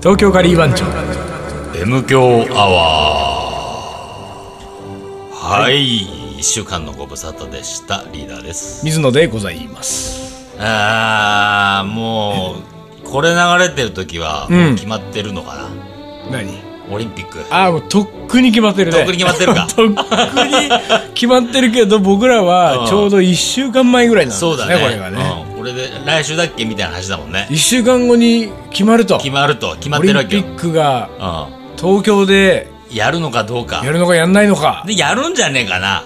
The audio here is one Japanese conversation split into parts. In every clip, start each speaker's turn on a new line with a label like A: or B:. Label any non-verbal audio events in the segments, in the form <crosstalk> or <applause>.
A: 東京カリー番長
B: M 強アワーはい、一週間のご無沙汰でしたリーダーです
A: 水野でございます
B: あーもうこれ流れてる時は
A: ん
B: もう決まってるのかな、
A: 何
B: オリンピック
A: ああもうとっくに決まってるね
B: とっくに決まってるか
A: とっくに決まってるけど僕ら
B: う
A: は
B: ん
A: ちょうど1週間前ぐらいなんですね
B: そうだね
A: これがね、
B: うん、これで来週だっけみたいな話だもんね
A: 1週間後に決まると
B: 決まると決ま
A: オ
B: って
A: リ
B: るわ
A: ン
B: け
A: ピ
B: よ、
A: ックが
B: う
A: 東京で
B: ん、やるのかどうか
A: やるのかやんないのか
B: でやるんじゃねえかな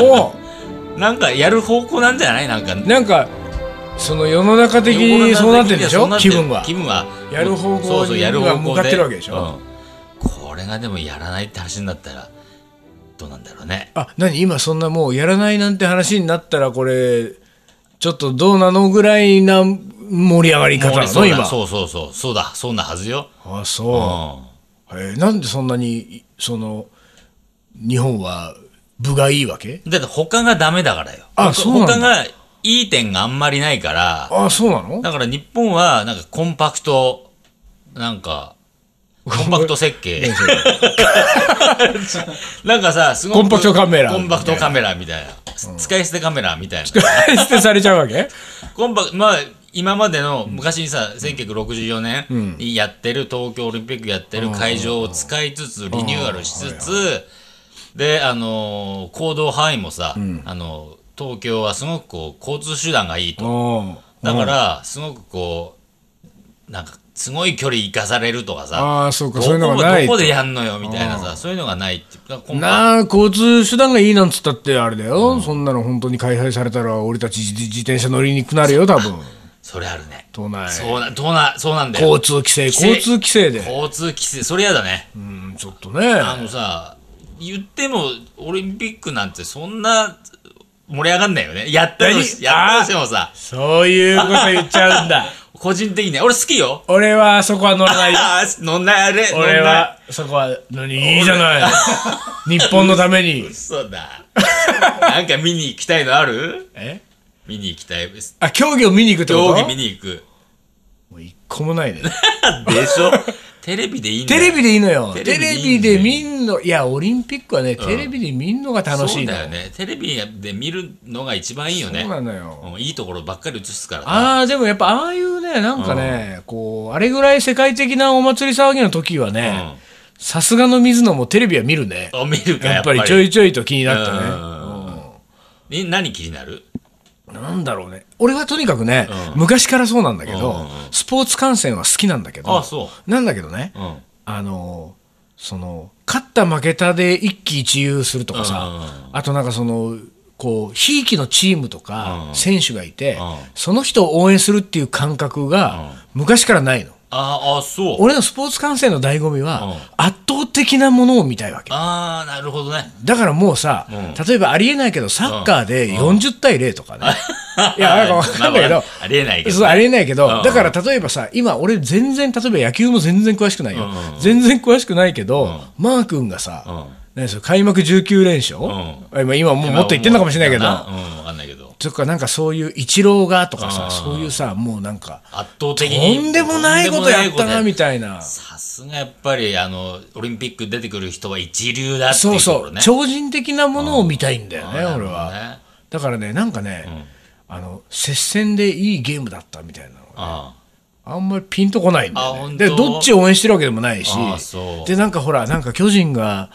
A: を
B: なんかやる方向なんじゃないなんか
A: なんかその世の中的にそうなってるでしょ
B: そうなって
A: 気
B: る
A: 分は
B: 気分は
A: やる方向に
B: そうそうやる方向で
A: 向かってるわけでしょ、
B: うんこれがでもやらないって話になったらどうなんだろうね
A: あ何今そんなもうやらないなんて話になったらこれちょっとどうなのぐらいな盛り上がり方
B: もう
A: な
B: ねそ
A: の
B: うだ
A: 今
B: そうそうそうそうだそうなはずよ、
A: あ
B: う
A: そ
B: ん、
A: う、えーなんでそんなにその日本は部がいいわけ
B: だって他がダメだからよ
A: あ
B: 他
A: そうなんだ
B: 他がいい点があんまりないから
A: あそう <laughs> なの
B: だから日本はなんかコンパクトなんかコンパクト設
A: <laughs>
B: 計 <laughs> なんかさすごく
A: コンパクトカメラ
B: コンパクトカメラみたいな、使い捨てカメラみたいな
A: 捨てされちゃうわけ
B: コンパクまあ今までの昔にさ、1964年にやってる東京オリンピックやってる会場を使いつつリニューアルしつつ、であのー行動範囲もさ、あのー東京はすごくこう交通手段がいいと
A: うん
B: だからすごくこうなんかすごい距離行かされるとかさ
A: ああそうか
B: ど
A: そういうの
B: こ
A: がない
B: どこでやんのよみたいなさそういうのがないっていうかコンパ
A: なあ交通手段がいいなんつったってあれだよ、そんなの本当に開催されたら俺たち自自転車乗りにくくなるよ多分
B: それあるね
A: 都内
B: そうなどうなそうなんだよ
A: 交通規制
B: 規制
A: 交通規制で
B: 交通規制それやだね
A: うんちょっとね
B: あのさ、言ってもオリンピックなんてそんな盛り上がんないよね。やったとし
A: 何
B: やったとしてもさ、
A: そういうこと言っちゃうんだ
B: 個人的にね、俺好きよ。
A: <laughs> 俺はそこは乗らない
B: ああ、飲んないあれ、
A: 俺
B: 飲んない。
A: はそこは何いいじゃない日本のために <laughs>
B: 嘘だ。なんか見に行きたいのある
A: え
B: 見に行きたいです。
A: あ競技を見に行くってこ
B: 競
A: と
B: 技見に行く。
A: もう一個もないね
B: でしょ <laughs> テレビでいいん
A: <laughs>
B: だ
A: テ
B: よ
A: レビでいいのよ
B: テ
A: テ
B: レ
A: レ
B: ビ
A: ビ
B: でいい
A: で見んのいやオリンピックはねテレビで見んのが楽しい
B: そう
A: の
B: だよね。テレビで見るのが一番いいよね。
A: そうなのよ
B: うんいいところばっかり映すからさ。
A: ああでもやっぱああいうねなんかねこうあれぐらい世界的なお祭り騒ぎの時はね
B: うん
A: さすがの水野もテレビは見るね
B: あ見るか、
A: や
B: や
A: っ
B: っぱ
A: ぱ
B: り。
A: りちょいちょいと気になったね
B: ね、何気になる
A: なんだろうね俺はとにかくね、
B: うん
A: 昔からそうなんだけど、
B: うんうんうん
A: スポーツ観戦は好きなんだけど
B: あそ
A: なんだけどね、
B: うん。
A: あのその勝った負けたで一喜一憂するとかさ、
B: うんうんうん
A: あとなんかそのこうひいきのチームと
B: う
A: か
B: ん
A: 選手がいて、
B: うん
A: その人を応援するっていう感覚が昔からないの。
B: ああ、そう。
A: 俺のスポーツ観戦の醍醐味は、
B: うん
A: 圧倒的なものを見たいわけ
B: ああ、なるほどね。
A: だからもうさ、
B: う
A: 例えばありえないけど、サッカーで40対0とかね。いや、なんかわかん
B: <laughs>
A: ないけ
B: まあ
A: ど
B: ま、あありえないけどね
A: そう、ありえないけど、
B: うん
A: だから例えばさ、今俺全然、例えば野球も全然詳しくないよ。
B: うんうんう
A: 全然詳しくないけど、マー君がさ、
B: うん
A: 何それ開幕19連勝、
B: う
A: 今今もうもっと言ってんのかもしれないけ
B: まあ
A: ど、
B: もううん、わかんないけど。
A: とかなんかそういうイチローがとかさ、
B: うん
A: そういうさ、もうなんか、
B: 圧倒的に。
A: とんでもないことやったなみ
B: い
A: たいな
B: な。。さすがやっぱり、あの、オリンピック出てくる人は一流だって
A: そ
B: いううと
A: そ
B: ころ
A: う、
B: ね。う
A: 超人的なものを見たいんだよね、
B: ん
A: 俺は。
B: なるほどね
A: だからね、なんかね、あの接戦でいいゲームだったみたいなのが
B: あ
A: あんまりピンとこないんだ
B: あ
A: よ、
B: 本
A: ね、
B: 当
A: でどっちを応援してるわけでもないし
B: あそう
A: でなんかほらなんか巨人が、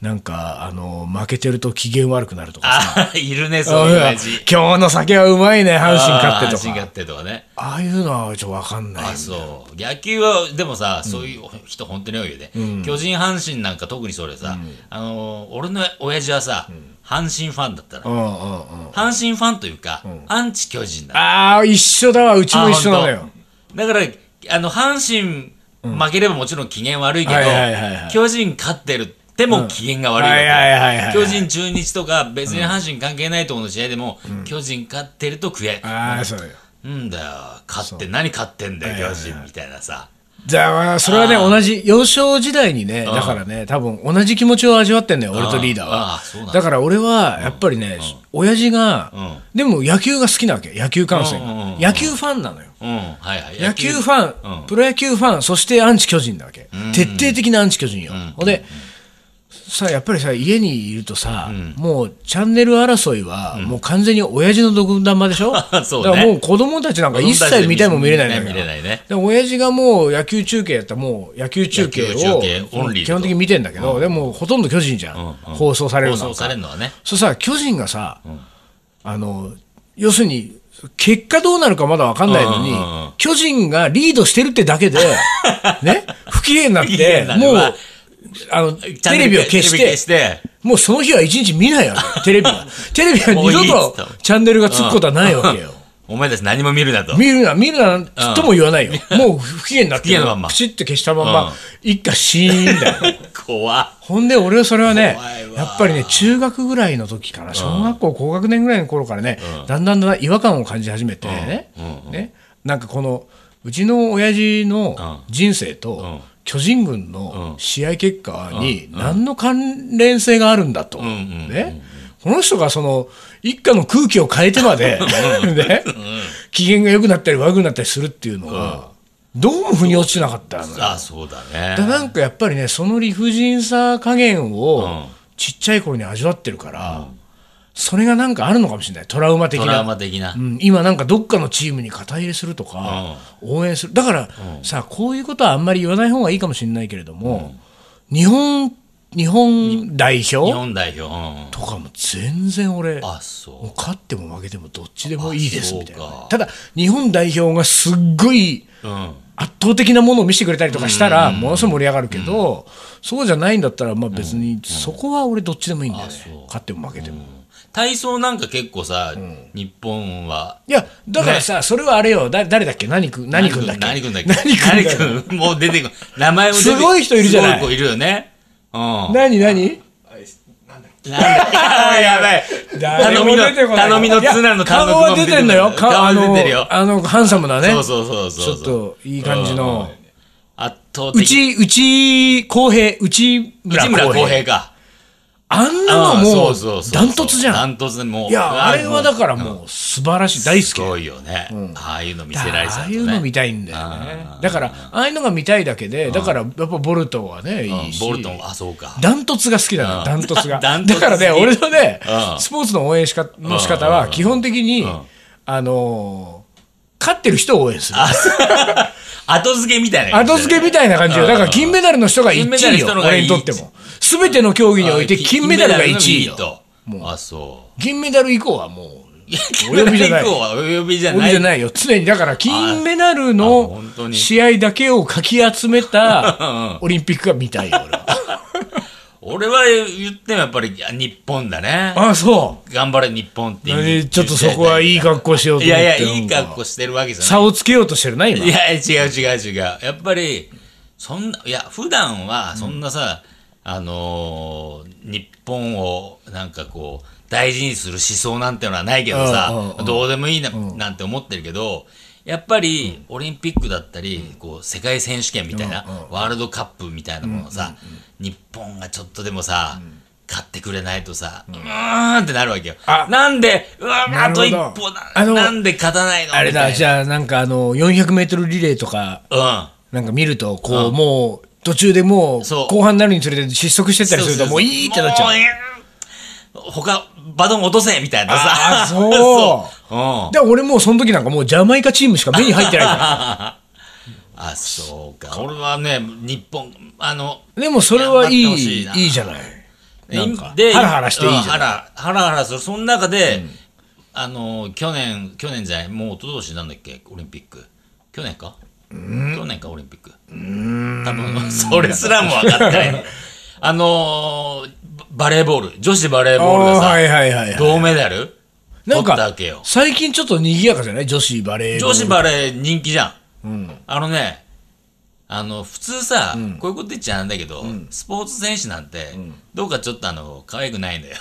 A: なんかあの負けてると機嫌悪くなるとかさ
B: ああ、いるね、そういう感じ。
A: 今日の酒はうまいね阪神勝って
B: ああ阪
A: と
B: 神勝
A: か
B: ってとかね。
A: ああいうのはちょっと分かんない
B: あそう野球はでもさ、そういう人本当に多いよね、巨人阪神なんか特にそれさ、あのー俺の親父はさ、阪神ファンだったの、
A: うんうんうん
B: 阪神ファンというか、アンチ巨人だ
A: ああ一緒だわうちも一緒なの
B: あ
A: よ
B: 本当だからあの阪神負ければもちろん機嫌悪いけど、
A: はいはいはいはい
B: 巨人勝ってるでも機嫌が悪いわ
A: はいはいはいはいは
B: け
A: い
B: 巨人中日とか別に阪神関係ないところの試合でも、巨人勝ってると悔い
A: ああそうよ
B: なんだよ勝って何勝ってんだよ巨人みたいなさ
A: じゃあ、それはね、
B: あー
A: 同じ、幼少時代にね、だからね、多分同じ気持ちを味わってんのよ、俺とリーダー
B: あーそうなん
A: は。
B: だ
A: だから俺は、やっぱりね、親父が、でも野球が好きなわけ、野球観戦
B: うんうんう
A: が。
B: ん
A: 野球ファンなのよ。
B: うん、はいはい。
A: 野球ファン、
B: うん
A: プロ野球ファン、そしてアンチ巨人だわけ。徹底的なアンチ巨人よ。ほんで、さ、やっぱりさ、家にいるとさ、もうチャンネル争いは、もう完全に親父の独断場でしょ
B: <laughs> そうね
A: だからもう子供たちなんか一切見たいもん見れないのよ
B: ね見れないね
A: で親父がもう野球中継やったらもう野球中継を
B: 野球中継オンリーってこと
A: 基本的に見てんだけど、でもほとんど巨人じゃん、
B: うん
A: 放送される
B: 放
A: のなん
B: 送
A: か
B: されるのはね。
A: そうさ、巨人がさ、あの、要するに、結果どうなるかまだ分かんないのに、
B: うんうんうん
A: 巨人がリードしてるってだ
B: <laughs>
A: けで、ね、不機嫌になっ
B: 不機嫌
A: て
B: に、な
A: も
B: るわ
A: う、あの、
B: チ
A: テ
B: ャンネ
A: レ
B: ル
A: ビを消し
B: テレビ
A: て
B: 消、して、
A: もうその日は一日見ないわ
B: <laughs>
A: け、テレビは。テレビは
B: もういい
A: 二度
B: っつ
A: と
B: ったの
A: チャンネルがつくことはないわけよ。
B: お前たち何も見るなと。
A: 見るな、見るな、ちっとも言わないよ。もう不機嫌になっ
B: 不機
A: て、
B: 嫌のまんま
A: プチって消したまん
B: う
A: ま
B: ん、
A: 一家シーンだよ。 <laughs>
B: 怖っ
A: ほんで、俺はそれはね
B: 怖い、わ
A: やっぱりね、中学ぐらいの時から、小学校高学年ぐらいの頃からね、だんだんだんだん違和感を感じ始めてね、ね、なんかこの、うちの親父の
B: うん
A: 人生と、
B: ん
A: 巨人軍の試合結果に何の関連性があるんだと、
B: んうん
A: ね、この人がその一家の空気を変えてまで、 <laughs> ね、機嫌が良くなったり悪くなったりするっていうのが、どうも腑に落ちなかったのよ
B: あ、そうだね。
A: だなんかやっぱりねその理不尽さ加減
B: う
A: を
B: ん
A: ちっちゃい頃に味わってるから、それがなんかあるのかもしれないトラウマ的
B: トラウ
A: な、
B: マ的な
A: う。ん、今なんかどっかのチームに肩入れするとか、応援するだから、さこういうことはあんまり言わない方がいいかもしれないけれども、日本日本代
B: 日
A: 表
B: 本代表。うん
A: とかも全然俺
B: あ、
A: も
B: そう
A: 勝っても負けてもどっちでもいいです
B: あ
A: みたい
B: そう
A: な
B: か。
A: ただ日本代表がすっごいう
B: うん。
A: 圧倒的なものを見せてくれたりとかしたら、ものすごい盛り上がるけど、そうじゃないんだったら、まあ別に、そこは俺どっちでもいいんだよね
B: あそう。
A: 勝っても負けても。
B: 体操なんか結構さ、日本は。
A: いや、だからさ、それはあれよ、だ誰だっけ何君、何君だっけ
B: 何君だっけ
A: 何君だっけ
B: 何君もう出てこ名前も出て
A: すごい人いるじゃない
B: すごい子いるよね。うん。なん
A: 何何
B: だやばい。
A: 誰
B: 頼
A: も
B: みの
A: 出てこない
B: 頼みの綱の単独
A: いや顔は出てんのよ。
B: 顔
A: 顔あ
B: は
A: の
B: 出てるよ。
A: あの、ハンサムなね。
B: そうそうそうそうそう。
A: ちょっと、いい感じの。
B: 圧倒的
A: うち、うち、公平、内村
B: 内村
A: 公
B: 航
A: 平。
B: 平か。
A: あんなの
B: あ
A: もう
B: そうそう、そう
A: ダントツじゃん。
B: ダントツでもう。
A: いや、あれはだから
B: も
A: もう、素晴らしい。大好
B: す
A: き。
B: ごいよね。ああいうの見せられち
A: あ
B: ゃ
A: あ
B: うと
A: い
B: ね。
A: うの見たいんだよねだからああいうのが見たいだけでだからやっぱボルトはねいいし
B: ボルトン、あ、そうか。
A: ダントツが好きだな
B: うん
A: ダントツが
B: <laughs> ダ
A: だ
B: ントツ
A: からね
B: 好き
A: 俺のね
B: うん
A: スポーツの応援しかの仕方は基本的にあのー勝ってる人を応援する
B: 後付けみたいな感じだ
A: 後
B: よね。
A: 付けみたいな感じよ
B: うん
A: だから金メダルの人が1
B: 金メダル
A: 位
B: の
A: よ
B: 人の方が
A: 俺
B: い
A: に
B: い
A: とっても全ての競技において金メダルが1位よ
B: と。あ、そ
A: 銀メダル以降はもう
B: う。
A: お呼びじゃない
B: 金メダル以降はお呼びじゃ
A: 俺
B: な
A: じゃ
B: い。
A: ないよ常にだから金メダル
B: あ
A: の
B: 本当に
A: 試合だけをかき集め
B: うんう
A: た
B: ん
A: オリンピックが見たいよ俺は
B: 俺は言ってもやっぱり日本だね。
A: あそう
B: 頑張れ日本って
A: え
B: いう。
A: ーちょっとそこはいい
B: 格
A: 格好しよう
B: 好
A: と
B: い
A: 思っ
B: や
A: て
B: いや、いい格好
A: し
B: してるわけじゃない。
A: 差をつけようとしてるな今
B: いや、違う違う違う。やっぱり、そんな、いや、普段は、そんなさ、あのー日本を、なんかこう、大事にする思想なんてのはないけど
A: うんうん
B: さ
A: う、ん
B: どうでもいいな、なんて思ってるけど、やっぱり、オリンピックだったり、こう、世界選手権みたいな、ワールドカップみたいなものをさ、日本がちょっとでもさ、勝ってくれないとさ、うーんってなるわけよ
A: あ。
B: なんで、うわ
A: な
B: あ
A: る
B: と
A: ほ
B: 一
A: ど
B: 歩
A: あ
B: だ、
A: の
B: なんで勝たないの
A: あれ
B: みたい
A: だ
B: な
A: じゃあなんかあの 400m リレーとか
B: うん。
A: なんか見るとこうもう途中でもう
B: そう
A: 後半になるにつれて失速してったりするともういいってなっちゃう
B: う。他、バトン落とせみたいなさ。
A: あー
B: <laughs>
A: そう
B: う。うん。
A: で俺もうその時なんかもうジャマイカチームしか目に入ってないから
B: あ、そうか。俺はね、日本、あの、
A: でもそれはいい、
B: 頑張ってほ
A: い
B: し
A: い
B: いな
A: じゃない。なんか、
B: で
A: ハラハラしていいじゃ
B: うん
A: ない。
B: ハラハラハラする。その中で、あの、去年、去年じゃない、もう一昨年なんだっけ、オリンピック。去年か去年か、オリンピック。多分、それすらも分かって
A: <laughs>
B: ない。あのー、ババレーボール、女子バレーボールが
A: あー
B: さ、
A: はいはいはいはい。
B: 銅メダル
A: な
B: 取
A: ん
B: ったわ
A: か
B: けよ、。
A: 最近ちょっと賑やかじゃない女子バレーボー
B: 女
A: ル。
B: 子バレー人気じゃん。あのね、あの、普通さ、こういうこと言っちゃなんだけど、スポーツ選手なんて、どうかちょっとあの、可愛くないんだよ。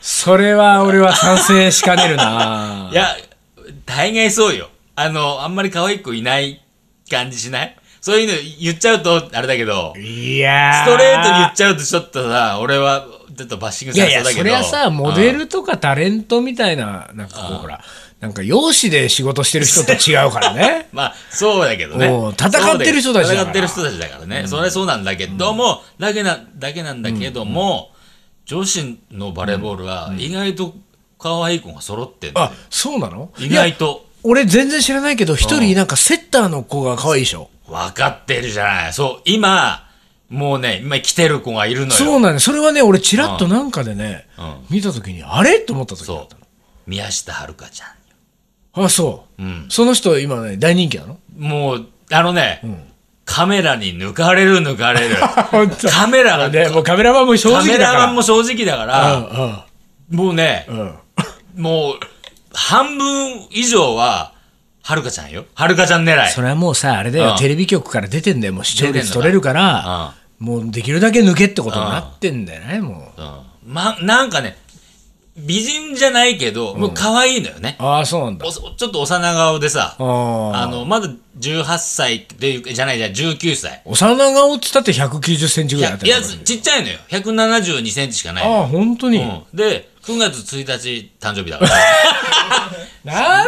A: それは俺は賛成しかねるな
B: いや、大概そうよ。あの、あんまり可愛くいない感じしないそういうの言っちゃうと、あれだけど、
A: <laughs> いや
B: ストレートに言っちゃうとちょっとさ、俺は、ちょっとバッシング
A: いや
B: され
A: い
B: そ
A: や、
B: うだけ
A: そ
B: ど。
A: れはさ、モデ
B: うん。
A: ルとかタレントみたいな、なんかこう、ほら、なんか容姿で仕事してる人と違うからね
B: <laughs> まあ、そうだけどね
A: おう。戦ってる人たちだから
B: 戦ってる人たちだからね。それはそうなんだけども、だけな、だけなんだけども、女子のバレーボールは意外と可愛い子が揃ってんだよ
A: あ、そうなの
B: 意
A: いや
B: 外と。
A: 俺全然知らないけど、一人なんかセッターの子が可愛いでしょ。
B: 分かってるじゃない。そう、今、もうね、今来てる子がいるのよ。
A: そうなんだ。それはね、俺チラッとなんかでね
B: うんうん、
A: 見たときに、あれと思った時だ
B: そ
A: った
B: う。宮下遥ちゃんよ。
A: の。あ、そうう。
B: ん。
A: その人今ね、大人気なの
B: もう、あのね、カメラに抜かれる抜かれる。
A: <laughs> 本当
B: カメラが、
A: ね、もうカメラマンも正
B: カ
A: 直
B: メ
A: だから。
B: ラマンも正直だから、もうね、
A: うん、うん、うん。
B: もう、半分以上は、はるかちゃんよ。はるかちゃん狙い。
A: それはもうさ、あれだよ、
B: うん
A: テレビ局から出てんだよ、もう視聴
B: 出てん
A: 率
B: のか
A: 取れるから、もうできるだけ抜けってことになってんだよね、もう。
B: うん。ま、なんかね、美人じゃないけど、もう可愛いのよね。
A: ああ、そうなんだ
B: お。ちょっと幼顔でさ、あ
A: ああ。
B: の、まだ18歳というか、じゃないじゃん、19歳。
A: 幼顔っつったって190センチ
B: い
A: ぐらいあ
B: や、
A: っ
B: い
A: た
B: や
A: のかな
B: ちっちゃいのよ。172センチしかない
A: あ
B: の。
A: あ、本当に。
B: うん、で、9月1日誕生日だから。
A: なんだ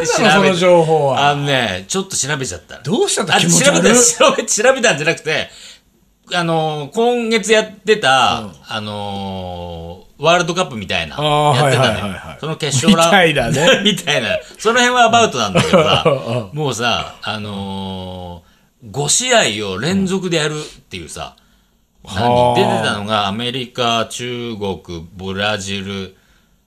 B: 調
A: ろ、そ
B: べ
A: の情報は。
B: あのね、ちょっと調べちゃった。
A: どうしたんだ
B: あ、
A: 気持ち
B: 調べ
A: 悪い
B: た、。調べ、 <laughs> 調べたんじゃなくて、あのー今月やってた、あのーワールドカップみたいな、
A: あー
B: やってたね、
A: はいはいはいはい
B: その決勝ラ
A: みたいだね
B: <laughs> みたいな。その辺はアバウトなんだけどさ、
A: <laughs> う
B: もうさ、あのー、5試合を連続でやるっていうさ、何
A: はあ
B: 出てたのがアメリカ、中国、ブラジル、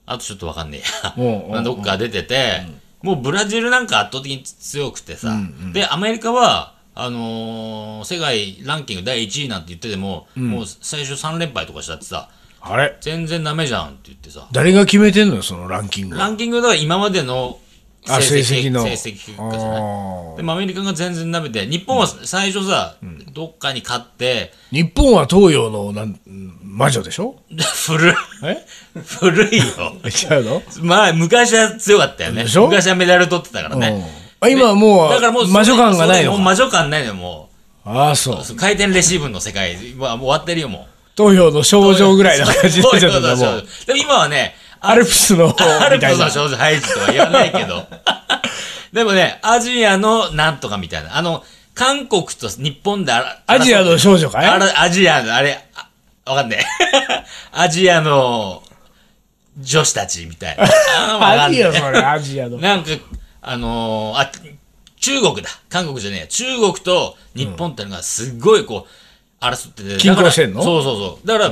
B: あとちょっとわかんねえ
A: うんうんうん
B: <laughs> や。まあどっか出てて、もうブラジルなんか圧倒的に強くてさ、で、アメリカは、あのー世界ランキング第1位なんて言ってても、もう最初3連敗とかしちゃってさ、
A: あれ
B: 全然ダメじゃんって言ってさ、
A: 誰が決めてんのよ、そのランキングは。
B: ランキングだから今までの成
A: あ
B: 績
A: 成績の
B: 成
A: あ
B: 績結果じゃない。
A: ー
B: でもアメリカが全然ダメで、日本は最初さ、どっかに勝って、 <laughs>
A: 日本は東洋のなん魔女でしょ
B: 古い、
A: え
B: 古いよ。
A: <laughs> 違うの
B: まあ、昔は強かったよね。
A: でしょ
B: 昔はメダル取ってたから
A: うん
B: ね。
A: あ今はもう
B: だからもう
A: 魔女感がない
B: そ
A: の
B: うもう
A: か
B: 魔女感ないのよ、も
A: ああそう
B: う。そう回転レシーブの世界、まあ、もう終わってるよ、も
A: 東洋の少
B: う。
A: 女ぐらいの感じに
B: <laughs>
A: な
B: そう
A: っち
B: そ
A: ゃ
B: う
A: っただも
B: そうんそう
A: う
B: でも今はね、
A: アルプスのみ
B: アルプ
A: たい
B: ス
A: な
B: の少女ハイジとは言わないけど。 <laughs> でもね、アジアのなんとかみたいな。あの、韓国と日本であら
A: アジアの少女かい
B: あらアジアの、あれ、あわかんない。 <laughs> アジアの女子たち
A: <laughs>
B: みたいな。あわか
A: ア
B: んね
A: ジ
B: え
A: アそれアジア
B: <laughs>
A: の
B: なんか、あのーあ、中国だ。韓国じゃねえや。中国と日本ってのがすっごいこう、争ってて。
A: 均衡してんの
B: だからそうそうそう。だから、
A: あ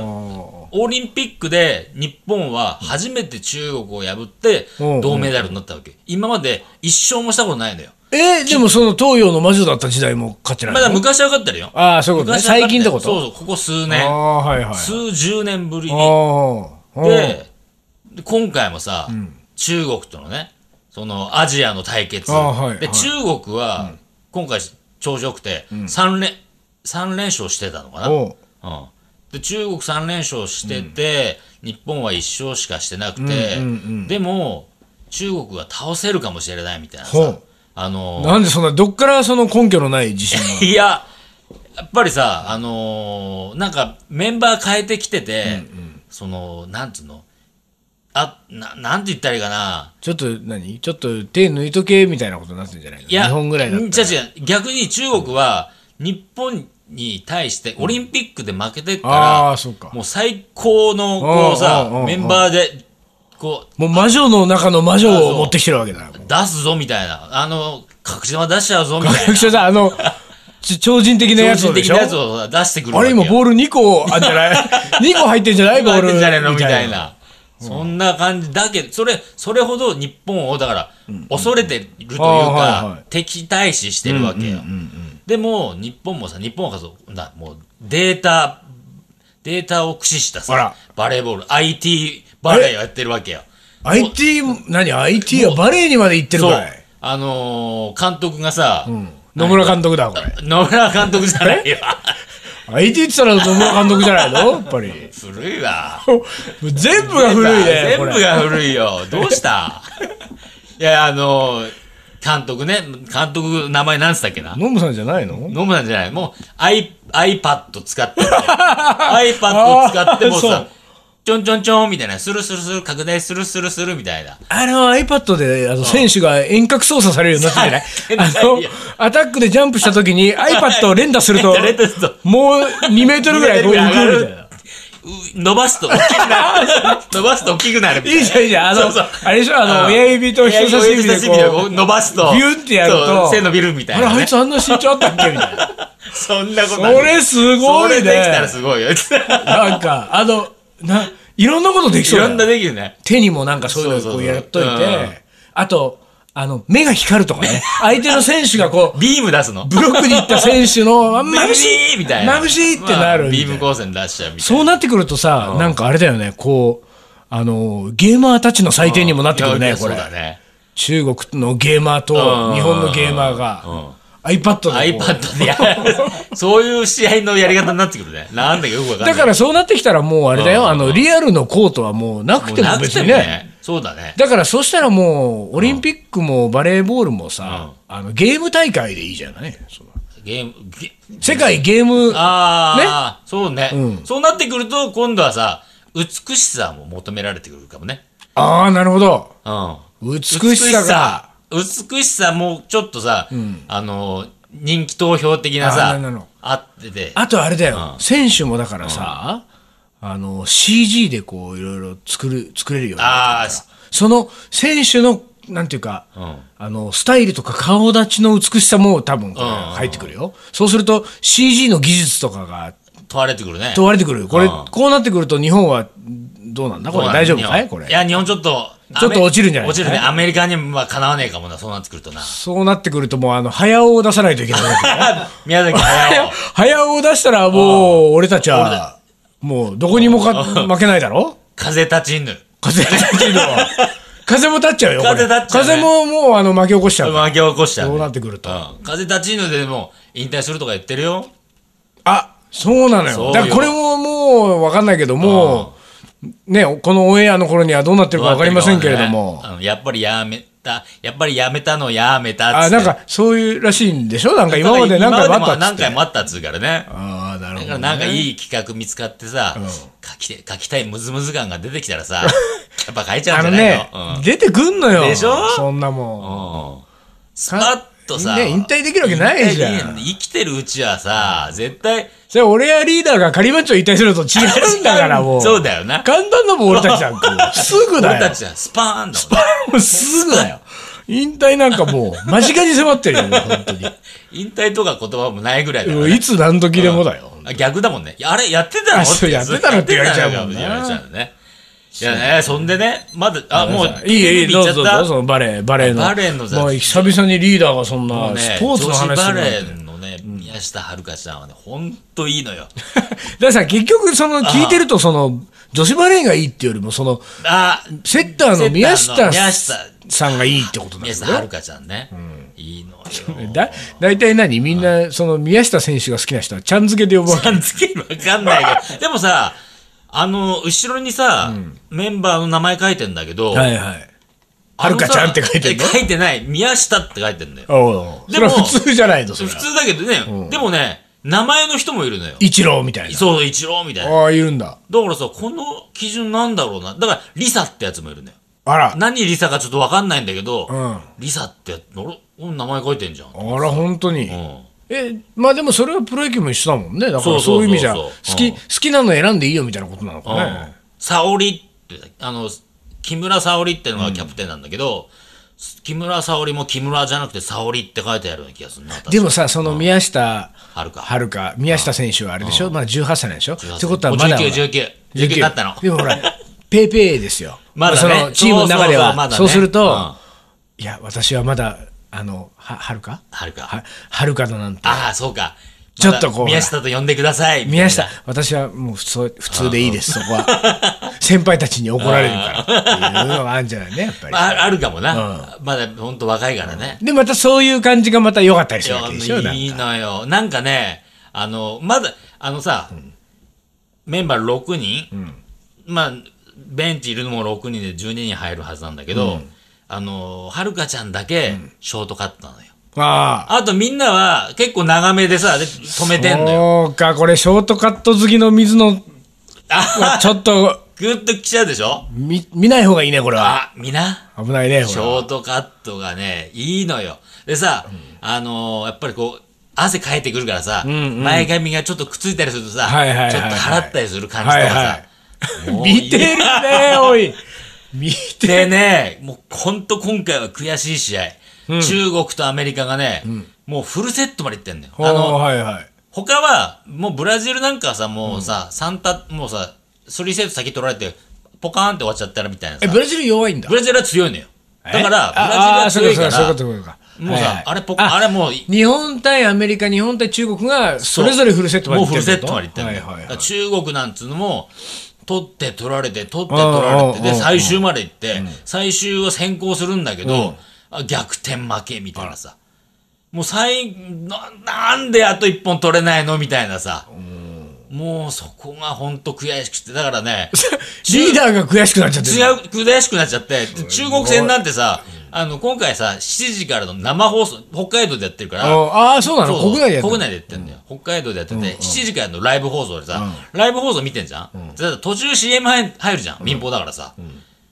B: オリンピックで日本は初めて中国を破って
A: うん
B: 銅メダルになったわけ。今まで一勝もしたことないのよ。
A: ーえでもその東洋の魔女だった時代も勝ってない
B: ま
A: の
B: だ昔は勝ってるよ。
A: ああそういうことね
B: 昔は勝
A: 最近ってこと
B: そうそう、ここ数
A: あ
B: 年。
A: あはいはい
B: 数十年ぶり
A: あ
B: に。
A: ーうん
B: で、で今回もさ、中国とのね、そのアジアの対決。
A: あはい
B: で、
A: はい
B: 中国は、今回調子よくて、3連、三連勝してたのかな。
A: おう
B: うん、で中国3連勝してて、日本は1勝しかしてなくて、
A: うんうん
B: でも中国が倒せるかもしれないみたいな
A: ほ
B: さ
A: う
B: あの
A: なんでそんなどっからその根拠のない自信
B: <laughs>
A: が
B: いややっぱりさあのーなんかメンバー変えてきてて、そのなんつうのあななんて言ったらいいかな
A: ちょっと何ちょっと手抜いとけみたいなことになってんじゃないの
B: いや
A: 日本ぐらいだっ
B: ん
A: た
B: じ
A: ら
B: ゃ違う逆に中国は日本に対してオリンピックで負けてっから、
A: ああーそうか
B: もう最高のこ
A: う
B: うさ
A: んうんうんうん
B: メンバーでこう
A: もう魔女の中の魔女を持ってきてるわけだ
B: 出すぞみたいな。あの、隠し玉出しちゃうぞみたいな。
A: 役者さんあのち超人的なやつを
B: 超人
A: で
B: 的
A: しょ
B: なやつを出してくる
A: あ
B: わけ
A: れ
B: よ。
A: 今ボール2個あんじゃない
B: <laughs>
A: ?2 個入ってんじゃないボー
B: 入って
A: ル。
B: んじゃねえのみたい。な。そんな感じだけど、それ、それほど日本を、だから、恐れてるという
A: ああはいは
B: か
A: い、
B: 敵対視してるわけよ。でも、日本もさ、日本はさ、なもう、データ、データを駆使した
A: あ
B: さ
A: ら、
B: バレーボール、IT バレーをやってるわけよ。
A: IT、何 ?IT はバレーにまで行ってる
B: そ
A: か
B: う
A: い。
B: あのー監督がさ、
A: 野村監督だ、これ。
B: 野村監督じゃないよ。
A: IT って言ったら野村監督じゃないのやっぱり。
B: <laughs> 古いわ。
A: 全部が古いね。
B: <laughs> 全部が古いよ。どうしたいや、あの、監督ね、監督、名前なんつったっけな。
A: ノムさんじゃないの
B: ノムさんじゃない。もう、i、iPad 使っ
A: <laughs>
B: てるね、iPad 使ってもう
A: あーそ
B: さ
A: う、
B: ちょんちょんちょんみたいな、スルスルスル、拡大スルスルスルみたいな。
A: あの iPad であの選手が遠隔操作されるようになったじゃない
B: され <laughs> ない
A: あの
B: よ、
A: アタックでジャンプした時に iPad を連打すると
B: <laughs> 連打すると、
A: もう2メートルぐらいこう浮くみたいな。
B: う伸ばすと大きくなる。伸ばすと大きくなるみたいな。
A: いいじゃん、いいじゃん。あの、
B: そうそう
A: あれでしょ、あの、親指と人差し指で
B: 親指と人差し指で
A: こ
B: こ
A: う
B: う、伸ばすと、
A: ビュンってやる
B: そ
A: と、
B: う背伸びるみたいなね
A: あれ、あいつあんな身長あったっけみたい
B: <laughs>
A: な。
B: そんなこと
A: そ
B: ない
A: れすごいね。
B: それできたらすごいよ。
A: なんか、あの、な、いろんなことでき
B: い
A: そうだ
B: ろ
A: よ
B: んなできるね。
A: 手にもなんかそういうのをこうやっとい
B: そうそうそううん
A: て、あと、あの、目が光るとかね。相手の選手がこう、
B: ビーム出すの。
A: ブロックに行った選手の、あ眩しい
B: みたいな。
A: 眩しいってなる
B: まあ
A: みたい
B: ビ
A: な
B: ーム光線出しちゃうみたい
A: そうなってくるとさ、なんかあれだよね、こう、あの、ゲーマーたちの祭典
B: な。
A: にもなってくる
B: い
A: ね、
B: や
A: こ
B: そう
A: れ。
B: だね。
A: 中国のゲーマー
B: う
A: と
B: ん
A: 日本のゲーマー
B: う
A: が
B: ん、
A: iPad でこう。
B: iPad でやる。そういう試合のやり方になってくるね。なんだかよくわかんな
A: <laughs>
B: い。
A: だからそうなってきたらもうあれだ
B: うん
A: よ、あの、リアルのコートはもうなくて
B: も
A: も
B: うなく
A: 別
B: ても
A: にね。
B: ね。そうだね。
A: だからそうしたらもう、オリンピックもバレーボールもさ、あのゲーム大会でいいじゃない
B: ゲーム、ゲ
A: 世界ゲーム、
B: ああ、そうね、
A: うん
B: そうなってくると、今度はさ、美しさも求められてくるかもね。
A: ああ、なるほど。
B: うん。
A: 美しさが。
B: 美しさ美しさもちょっとさ、あの人気投票的な
A: あ
B: さ
A: ななの
B: あってて
A: あとあれだよ、選手もだからさ、あの CG でこういろいろ作る作れるようになってるからその選手のなんていうか、
B: ん
A: あのスタイルとか顔立ちの美しさも多分これ入ってくるよ、そうすると CG の技術とかが
B: 問われてくるね
A: 問われてくるこれ、
B: うん
A: こうなってくると日本はどうなんだこれ
B: そうだね
A: 大丈夫か
B: 日
A: い
B: 本
A: これ
B: や日本ちょっと
A: ちょっと落ちるんじゃない
B: 落ちるねアメリカにもまあかなわねえかもなそうなってくるとな
A: そうなってくるともうあの早尾を出さないといけない
B: 宮
A: <laughs>
B: 崎駿
A: 早尾を出したらもう俺たちはもうどこにもか負けないだろ
B: 風立ちぬ
A: 風立ちぬわ風も立っちゃうよ。これ
B: 風立っちゃうね
A: 風ももうあの巻き起こしちゃうから。
B: 巻き起こした、ね、
A: そうなってくると
B: うん風立ちぬでもう引退するとか言ってるよ
A: あ、そうなの
B: そう
A: よ。
B: よ
A: だからこれももうわかんないけど、もう、ね、このオンエアの頃にはどうなってるかわかりませんけれども。
B: あのやっぱりやめたやっぱりやめたのやめたっつ
A: あ、
B: って
A: なんかそういうらしいんでしょなんか今まで何回もあったっつ
B: 何
A: って。
B: 回もあったっつうからね
A: ああ、なるほ
B: だか
A: どね。
B: らなんかいい企画見つかってさ、書きて書きたいムズムズ感が出てき
A: <laughs>
B: たらさ、やっぱ書いちゃ
A: あ
B: うん
A: の
B: じゃない
A: ね
B: の、うん、
A: 出てくんのよ。
B: でしょ
A: そんなもん。
B: うんスパッとさ、
A: ね引退できるわけないじゃん
B: 引退でき生きてるうちはさ、絶対、
A: それ俺やリーダーが仮マッチョ引退すると違うんだからもう。
B: <laughs> そうだよな。
A: 簡単だもん、俺たちなん
B: <laughs>
A: か。すぐだ
B: 俺
A: よ。
B: たちはスパーンだもん
A: もうすぐだよ。 <laughs> 引退なんかもう、間近に迫ってるよ、本
B: <laughs>
A: 当に。
B: 引退とか言葉もないぐらいだから、
A: い
B: ね。
A: つ何時でもだよ。
B: あ逆だもんね。いやあれやってたの
A: あそうやってたのって言われちゃうもんな
B: 言われちゃうね。いやね、そんでね、まだ、あ、もう、
A: いいよいいよ、どうぞ
B: テレビ行っちゃった
A: どうぞ、バレー、バレーの。
B: バレーの雑誌
A: もう久々にリーダーがそん
B: もう
A: な、
B: ね
A: スポーツの
B: 女
A: 話
B: 子
A: す
B: バ
A: るなん
B: レ
A: て。
B: ーのね、宮下遥ちゃんはね、ほんといいのよ。
A: <laughs> だからさ、結局、その、聞いてると、その、女子バレーがいいっていうよりも、その、
B: あ、
A: セッターの宮下
B: セッターの宮下
A: さんがいいってことなんだ
B: 宮
A: よ
B: 下遥ちゃんね。いいの
A: <laughs>
B: よ。
A: だ、大体何みんな、その、宮下選手が好きな人は、ちゃん付けで呼ぶわけ。
B: さんつけわかんない
A: <laughs>
B: けど。でもさ、あの、後ろにさ、メンバーの名前書いてんだけど、
A: はいはい。
B: あ
A: はる
B: のさ
A: かちゃんって書いてんの
B: え書いてない。宮下って書いてんだよ。
A: おうそ
B: で
A: れ
B: も
A: は普通じゃないの、そ
B: 普
A: れは。
B: 通だけどね、でもね、名前の人もいるのよ。
A: 一郎みたいな。
B: そう、一郎みたいな。
A: ああ、いるんだ。
B: だからさ、この基準なんだろうな。だから、リサってやつもいるのよ。
A: あら、
B: 何リサかちょっとわかんないんだけど、
A: ん
B: リサってやつ、あれ俺名前書いてんじゃん。
A: あら、本当に。
B: うん
A: え、まあでもそれはプロ野球も一緒だもんね。だか
B: そう
A: ら
B: そ
A: そ
B: うそう
A: ういう意味じゃ、
B: そう
A: 好
B: そう
A: き、
B: うん
A: 好きなの選んでいいよみたいなことなのかね。
B: 沙織って、あの、木村沙織ってのがキャプテンなんだけど、木村沙織も木村じゃなくて沙織って書いてあるような気がするな。
A: でもさ、その宮下
B: 春か。
A: 遥か、宮下選手はあれでしょまだ18歳なんでしょってことはまだ。
B: 19、19。19になったの。
A: でもほ
B: <laughs>
A: ら、ペイペイですよ。
B: まだね
A: そのチームの中で
B: そうそうそうま
A: は。
B: だね
A: そうする
B: う
A: と
B: ん、
A: いや、私はまだ、あの、は、遥か
B: 春か。
A: は、遥かだなんて。
B: ああ、そうか。
A: ちょっとこう
B: まだ宮下と呼んでください。みたいな
A: 宮下、私はもう普通普通でいいです、そこ
B: <laughs>
A: は。先輩たちに怒られるからっていうのがあるんじゃないね、やっぱり。
B: まあ、あるかもな。まだほんと若いからね。
A: で、またそういう感じがまた良かったりするわけでしょ、なん
B: いい
A: か。
B: のよ。なんかね、あの、まだ、あのさ、メンバー6人、まあ、ベンチいるのも6人で12人入るはずなんだけど、あの、はるかちゃんだけ、ショートカットなのよ。
A: ああ。
B: あとみんなは、結構長めでさ、で止めてんのよ。
A: そうか、これショートカット好きの水野は
B: <laughs> あ、
A: ちょっと
B: ぐっと来ちゃうでしょ
A: 見見ない方がいいね、これは。
B: あ、みな、
A: 危ないね、こ
B: シ
A: れは
B: ョートカットがね、いいのよ。でさ、あのーやっぱりこう、汗かいてくるからさ、前髪がちょっとくっついたりするとさ、
A: はいはいはいはい
B: ちょっと払ったりする感じとかさ、
A: はい
B: も
A: は
B: う
A: い、見てるね、おい。見て
B: でね、もうほんと今回は悔しい試合。中国とアメリカがね、もうフルセットまでいってんだよ。あ
A: おー
B: の、
A: はいはい。
B: 他は、もうブラジルなんかはさ、もうさ、三タ、もうさ、3セット先取られて、ポカーンって終わっちゃったらみたいなさ
A: え、。ブラジル弱いんだ。
B: ブラジルは強いのよ。だから、
A: え
B: ブ
A: あ
B: ラジルは強いか
A: あーそうか、そうか
B: ら
A: そういうことそういうことか
B: もう
A: はいは
B: さ
A: い、
B: あれポカ、あれもう、
A: 日本対アメリカ、日本対中国がそれぞれフルセットまで
B: も
A: いうっ
B: フ
A: て
B: ル
A: る
B: セットまでいってん
A: は
B: だ
A: い
B: よ。だ
A: はい
B: か
A: は
B: ら
A: い。
B: 中国なんつうのも、取って取られて、取って取られて、
A: うんうんう
B: で、
A: ん
B: 最終まで行って、最終は先行するんだけど、あ逆転負けみたいなさ。もう最、な、なんであと一本取れないのみたいなさ。もうそこがほんと悔しくて、だからね、
A: リーダーが悔しくなっちゃってる。
B: 違う、悔しくなっちゃって、中国戦なんてさ、あの、今回さ、7時からの生放送、北海道でやってるから、
A: ああー、そうなの
B: そうそう
A: 国内でやって
B: 国
A: る
B: 内でやってんだよ、北海道でやってて、7時からのライブ放送でさ、ライブ放送見てんじゃん、でだから途中 CM 入入るじゃん、民放だからさ、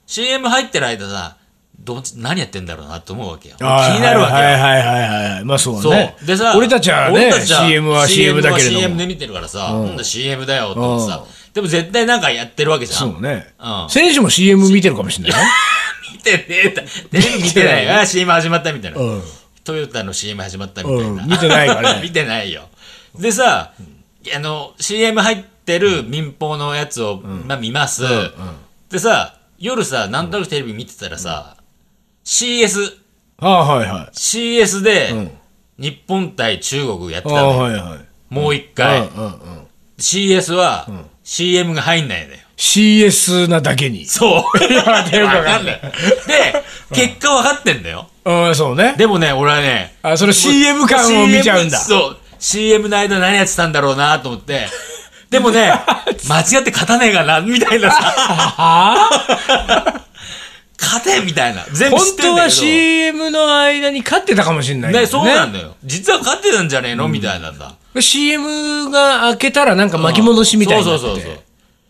B: CM 入ってる間さどっち何やってんだろうなと思うわけよ気に
A: あー
B: なるわけよ、
A: はいはいはいはいはい。まあそうだね。
B: そうでさ
A: 俺たちはね、
B: 俺たち
A: CM は CM だけれ
B: CM は CM
A: ど
B: で
A: も。
B: 見てるからさ、なんだ CM だよと思ってさ、でも絶対なんかやってるわけじゃん
A: そうね
B: うん。
A: 選手も CM 見てるかもしれないね。
B: 見てねえだテレビ見てないよあ CM 始まったみたいな、
A: うん
B: トヨタの CM 始まったみたいな、
A: うん見てないからね
B: <laughs> 見てないよでさあの CM 入ってる民放のやつを、まあ、見ます、でさ夜さなんとなくテレビ見てたらさ、CSCS
A: ああ、はいはい。
B: で、日本対中国やって
A: あ
B: たの
A: あ、
B: よ
A: はいはい。
B: もう一回、
A: うんうんうん。
B: CS は、CM が入んないのよ
A: CS なだけに。
B: <laughs> そう。い
A: やでもわかんない
B: で、結果分かってんだよ。
A: うん、そうね。
B: でもね、俺はね、
A: あ、その CM 感を見ちゃうんだ。
B: CM そう。CM の間何やってたんだろうなと思
A: <laughs>
B: って。でもね、間違って勝たねえかな、みたいなさ。
A: はあ
B: <laughs> 勝てみたいな。全部
A: 本
B: 知って
A: 当
B: んだ
A: は
B: け
A: CM の間に勝ってたかもしれない
B: ど。
A: けど
B: ね、
A: ね。
B: そうなんだよ。実は勝ってたんじゃねえの、みたいなさ。
A: CM が開けたらなんか巻き戻しみたいになってて、
B: そうそうそうそう。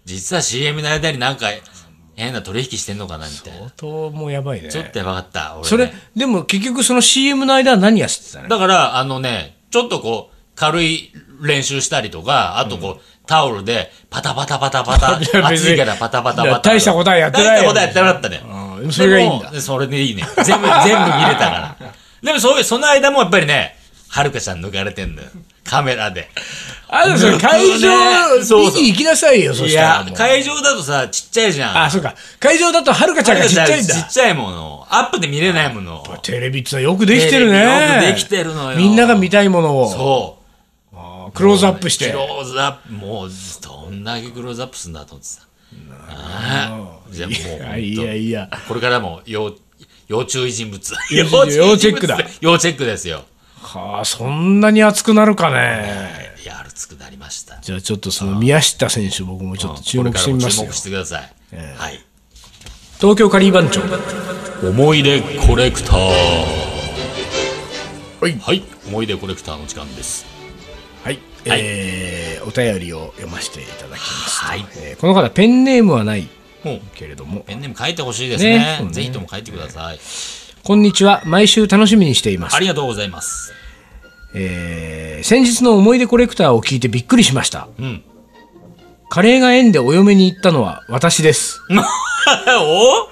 B: 実は CM の間になんか変な取引してんのかな、みたいな。
A: 相当もうやばいね
B: ちょっとやばかった、俺ね。
A: それでも結局その CM の間は何やってたの
B: だから、あのね、ちょっとこう、軽い練習したりとか、あとこう、タオルで、パタパタパタパタ、
A: いや別
B: 熱
A: に
B: いからパタパタパタ。
A: 大したことはやってないよ
B: 大したことはやってなかったね
A: うんでも。それがいいんだ
B: でもそれでいいね。全部、全部見れたから。でもそういう、その間もやっぱりね、はるかちゃん抜かれてんのよ。カメラで。
A: あのそれ会
B: そうね
A: 場
B: そう
A: 見
B: そう
A: に行きなさいよそ
B: い
A: したら
B: や
A: もう、
B: 会場だとさ、ちっちゃいじゃん。
A: あそうか会場だとはるかちゃんがちっちゃいん
B: はるかちゃ
A: だ
B: ちっちゃいもの。アップで見れないもの。
A: テレビってのはよくできてるね
B: テレビよくできてるのよ
A: みんなが見たいものを
B: そう。
A: クローズアップし
B: ク
A: て
B: ローズアップ、もう、どんだけクローズアップするんだと思ってた。ああじゃあもう
A: い
B: ほん
A: や
B: と、
A: いやいや
B: これからも要要注意人物。
A: 要注意要チェックだ
B: 要チェックですよ。
A: はあそんなに熱くなるかね
B: いや、熱くなりました。
A: じゃあちょっとその宮下選手僕もちょっと注目してみま
B: こ
A: す
B: れからも注
A: よ
B: 目してください。はい。
A: 東京カリー番長
B: 思い出コレクター。
A: はい
B: はい。思い出コレクターの時間です。
A: はい、
B: はい
A: えーお便りを読ませていただきます、
B: はい。
A: えーこの方ペンネームはない
B: もう、
A: けれども
B: ペンネーム書いてほしいです
A: ね
B: ね
A: そうね
B: ぜひとも書いてください。
A: こんにちは毎週楽しみにしています
B: あ、りがとうござ
A: <laughs>
B: います。
A: えー先日の思い出コレクターを聞いてびっくりしました
B: うん。
A: カレーが縁でお嫁に行ったのは私です
B: お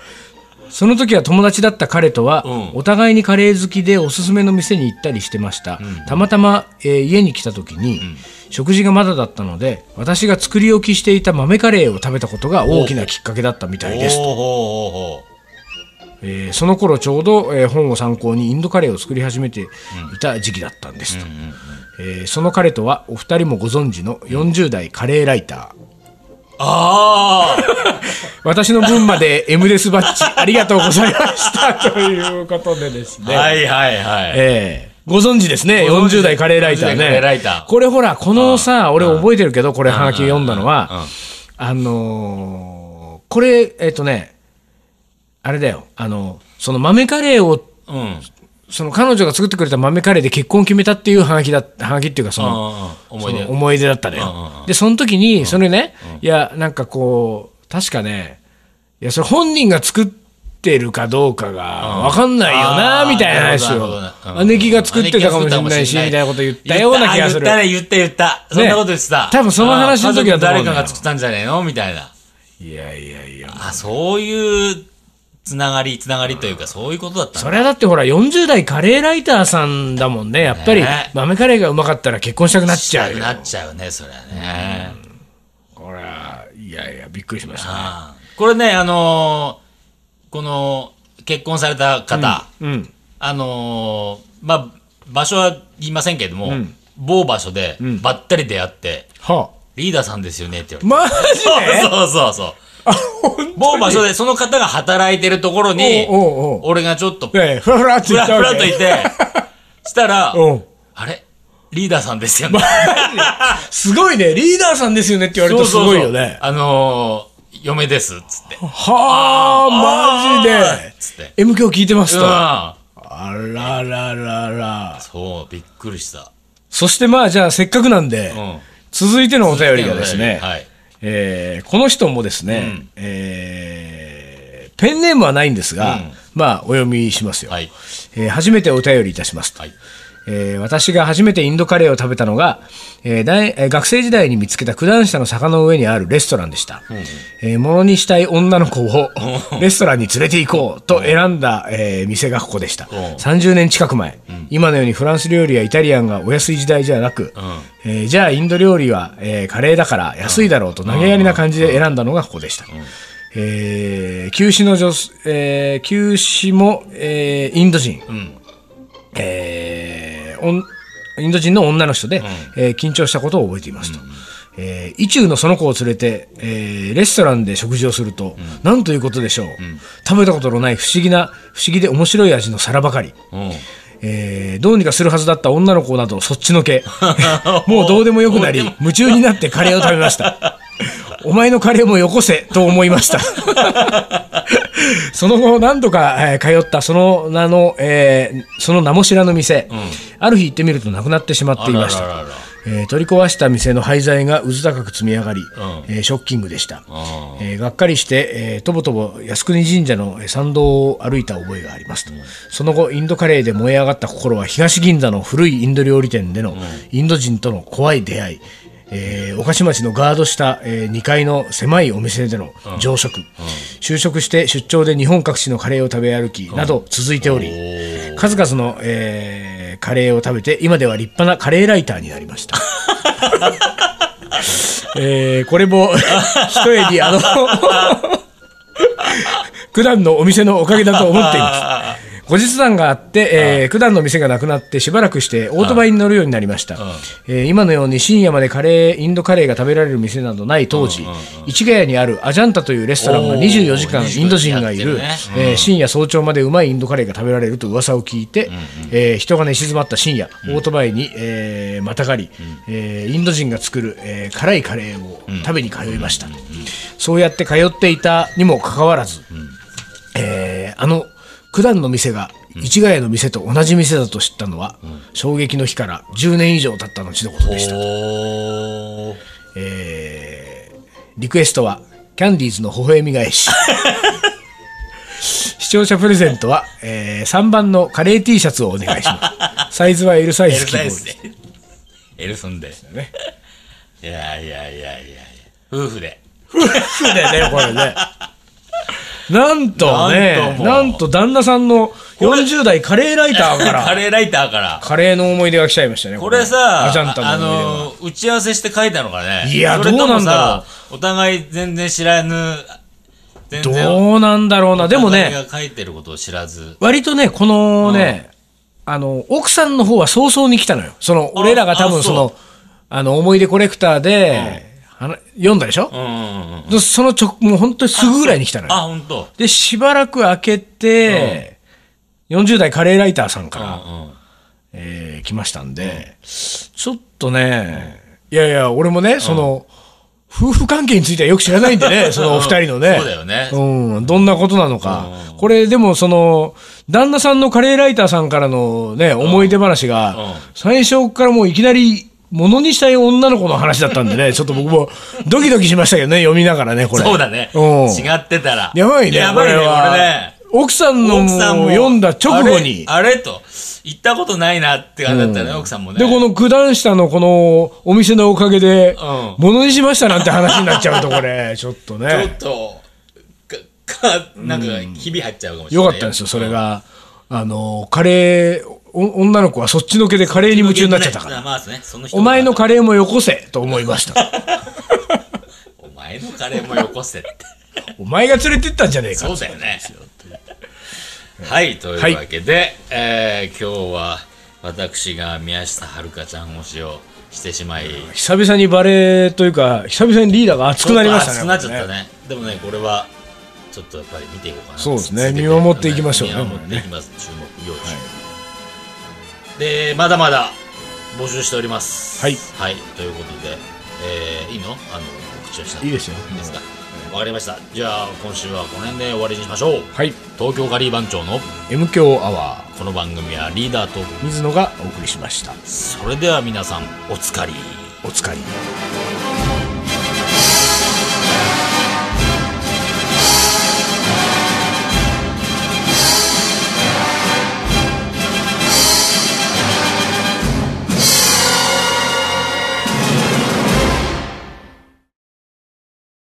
A: その時は友達だった彼とは、
B: うん
A: お互いにカレー好きでおすすめの店に行ったりしてました、たまたま、えー家に来た時に、食事がまだだったので私が作り置きしていた豆カレーを食べたことが大きなきっかけだったみたいです
B: おーほーほーほー
A: えーその頃ちょうど、えー本を参考にインドカレーを作り始めていた時期だったんですと、えーその彼とはお二人もご存知の40代カレーライター、
B: あ
A: 私の分まで <laughs> M デスバッジありがとうございましたということで <laughs> です
B: あ、
A: ね、
B: はいはいはい。
A: えーご存知ですね
B: ご存知
A: 40代カレーライター
B: 40代カレ
A: ね
B: ーライター
A: これほらこのさ俺覚えてるけどこれはがき読んだの
B: うんうんうん
A: はあのーこれえっ、とねあれだよ、あの、その豆カレーを、
B: うん。
A: その彼女が作ってくれた豆カレーで結婚決めたっていうハガキだ、ハガキっていうかその、
B: ああ、思い出
A: その。思い出だったの
B: うんうんう
A: よ。で、その時に、それね、いや、なんかこう、確かね、いや、それ本人が作ってるかどうかが分かんないよ
B: あ
A: な、
B: ー
A: みたいな話
B: るほどなるほど
A: を。姉貴が作ってたかもしれないし、みたいなこと言ったような気がする。
B: 言ったね、言った言った。そんなこと言ってた
A: ね。多分その話の時だと思
B: 誰
A: うんだよ
B: かが作ったんじゃねえのみたいな。
A: いやいやいや。
B: あ、そういう、つながり、つながりというか、そういうことだったん
A: そ
B: だ。
A: れはだってほら、40代カレーライターさんだもんね。やっぱり
B: ね、
A: 豆カレーがうまかったら結婚したくなっちゃうよ
B: な。っちゃうね、それはね。
A: ほら、いやいや、びっくりしましたね。
B: あーこれね、あのーこの、結婚された方、
A: うん。
B: あのーまあ、場所は言いませんけれども、某場所で、ばったり出会って、
A: は
B: リーダーさんですよねって言われて
A: あ。マジで
B: <laughs> そうそうそうそう。
A: あ、ほん
B: 某場所でその方が働いてるところに、
A: おうおうおう
B: 俺がちょっと
A: い
B: ふ
A: やいやふらふらって言
B: ら
A: っ
B: ふ
A: たわ
B: ら
A: け
B: といて、
A: <laughs>
B: したら、
A: うん。
B: あれリーダーさんですよね。
A: すごいね。リーダーさんですよねって言われるとすごいよね。
B: あのー、嫁です、つって。
A: はあ、マ
B: あー
A: ジ
B: つっ
A: で。M 響聞いてます
B: う
A: と。あ
B: ん。
A: らららら。
B: そう、びっくりした。
A: そしてまあ、じゃあせっかくなんで、
B: うん。
A: 続いてのお便りがですね、
B: はい。
A: えーこの人もですね、
B: うん
A: えーペンネームはないんですが、
B: うん
A: まあ、お読みしますよ。
B: はい。
A: えー初めてお便りいたしますと、
B: はい
A: えー私が初めてインドカレーを食べたのが、えー大えー学生時代に見つけた九段下の坂の上にあるレストランでした、えー物にしたい女の子を <laughs> レストランに連れて行こうと選んだ、えー店がここでした
B: ん
A: 30年近く前、今のようにフランス料理やイタリアンがお安い時代じゃなく、えーじゃあインド料理は、えーカレーだから安いだろうと投げやりな感じで選んだのがここでした、えー旧市の女、えー旧市も、えーインド人、えーおんインド人の女の人で、えー緊張したことを覚えていますと。えー意中のその子を連れて、えーレストランで食事をすると、なんということでしょう、食べたことのない不思議な、不思議で面白い味の皿ばかり。
B: うん。
A: えーどうにかするはずだった女の子などそっちのけ
B: <laughs>
A: もうどうでもよくなり夢中になってカレーを食べました
B: <laughs>
A: お前のカレーもよこせと思いましたその後何度か、えー通ったその名の、えーその名も知らぬ店、ある日行ってみるとなくなってしまっていました
B: あらららら
A: えー取り壊した店の廃材がうず高く積み上がり、
B: ん
A: えーショッキングでした、
B: あ
A: えーがっかりして、えーとぼとぼ靖国神社のえー参道を歩いた覚えがありますと、その後インドカレーで燃え上がった心は東銀座の古いインド料理店でのインド人との怖い出会い、えー、御徒町のガード下、え2階の狭いお店での常食、就職して出張で日本各地のカレーを食べ歩きなど続いており、数々の、えーカレーを食べて今では立派なカレーライターになりました。えーこれも <laughs> 一重にあの <laughs> 九段のお店のおかげだと思っています。後日談があって、えー九段の店がなくなってしばらくしてオートバイに乗るようになりました、えー今のように深夜までカレーインドカレーが食べられる店などない当時、市ヶ谷にあるアジャンタというレストランが
B: おー
A: 24時間インド人がいる
B: 24時間やってるね
A: えー深夜早朝までうまいインドカレーが食べられると噂を聞いて、えー人が寝静まった深夜、オートバイに、えーまたがり、えーインド人が作る、えー辛いカレーを食べに通いました、そうやって通っていたにもかかわらず、えーあの九段の店が市ヶ谷の店と同じ店だと知ったのは、衝撃の日から10年以上経った後のことでした
B: おー。
A: えーリクエストは、キャンディーズの微笑み返
B: <laughs>
A: し。視聴者プレゼントは、え3番のカレー T シャツをお願いします。サイズは L サイ
B: エ
A: ズ
B: ル
A: 希
B: サ
A: 望
B: イ
A: で
B: ズ
A: す。
B: で。エルソンで。
A: <laughs> ね
B: いやいやいやいやいや。夫婦で。
A: そうだよね、これね。なんと
B: なん
A: ね
B: と、も
A: なんと旦那さんの40代カレーライターか
B: <laughs> カ
A: ら、
B: レーライターから。
A: カレーの思い出が来ちゃいましたね。
B: これさ、
A: アジャンタ
B: あ
A: の思い出が
B: の、打ち合わせして書いたのかね。
A: いや
B: それとも
A: どうなんだ
B: さお互い全然知らぬ、全然、
A: どうなんだろうな。でも
B: お
A: ね、
B: 互いが書いてることを知らず。
A: 割とね、このね、あの、奥さんの方は早々に来たのよ。その、俺らが多
B: あ
A: 分
B: そ
A: そうの、あの、思い出コレクターで、あの読んだでしょ
B: うんうんうん。
A: でその直、もう本当にすぐぐらいに来たのよ。
B: あ、ほんと。
A: で、しばらく開けて、40代カレーライターさんから、えー来ましたんで、ちょっとね、いやいや、俺もね、その、夫婦関係についてはよく知らないんでね、そのお二人のね。
B: そうだよね
A: うん、どんなことなのか。これ、でも、その、旦那さんのカレーライターさんからのね、思い出話
B: うん
A: が、最初からもういきなり、ものにしたい女の子の話だったんでね、
B: <laughs>
A: ちょっと僕もドキドキしましたけどね、読みながらね、これ。
B: そうだね。
A: うん
B: 違ってたら。
A: やばいね、
B: やばいね、
A: こ
B: こ
A: れは
B: れね。
A: 奥さんの
B: 奥さんも
A: 読んだ直後に。
B: あれあれと、行ったことないなって感じだったね、奥さんもね。
A: で、この九段下のこのお店のおかげで
B: うん、
A: ものにしましたなんて話になっちゃうと、これ、ちょっとね。
B: ちょっと、か、か、なんか、ひび入っちゃうかもしれ
A: よ
B: ない。
A: かったんですよ、それ。が。あの、カレー、お女の子はそっちのけでカレーに夢中になっちゃったから。
B: まあね、その人
A: お前のカレーもよこせと思いました。
B: <laughs> お前のカレーもよこせ
A: <laughs>
B: って。
A: お前が連れてったんじゃねえか。
B: そうだよね。はい、というわけで、えー今日は私が宮下遥ちゃん推しをしてしまい、
A: 久々にバレーというか、久々にリーダーが熱くなりましたね。
B: ちょっと熱くなっちゃっ
A: これ
B: た
A: ね
B: ね。でもね、これは、ちょっとやっぱり見ていこうかな。
A: そうですね
B: 続け
A: 見
B: て
A: 守っていきましょうね
B: 見守っていきます。注目、要注目。で、まだまだ募集しております。
A: はい。
B: はい、ということで、えーいいのあの、告知をした
A: いいですよ
B: いいですか。わかりました。じゃあ、今週はこの辺で終わりにしましょう。
A: はい。
B: 東京カリー番長の
A: M 強アワ
B: この番組はリーダーと
A: ー、水野がお送りしました。
B: それでは皆さんおつかり。
A: お疲れ。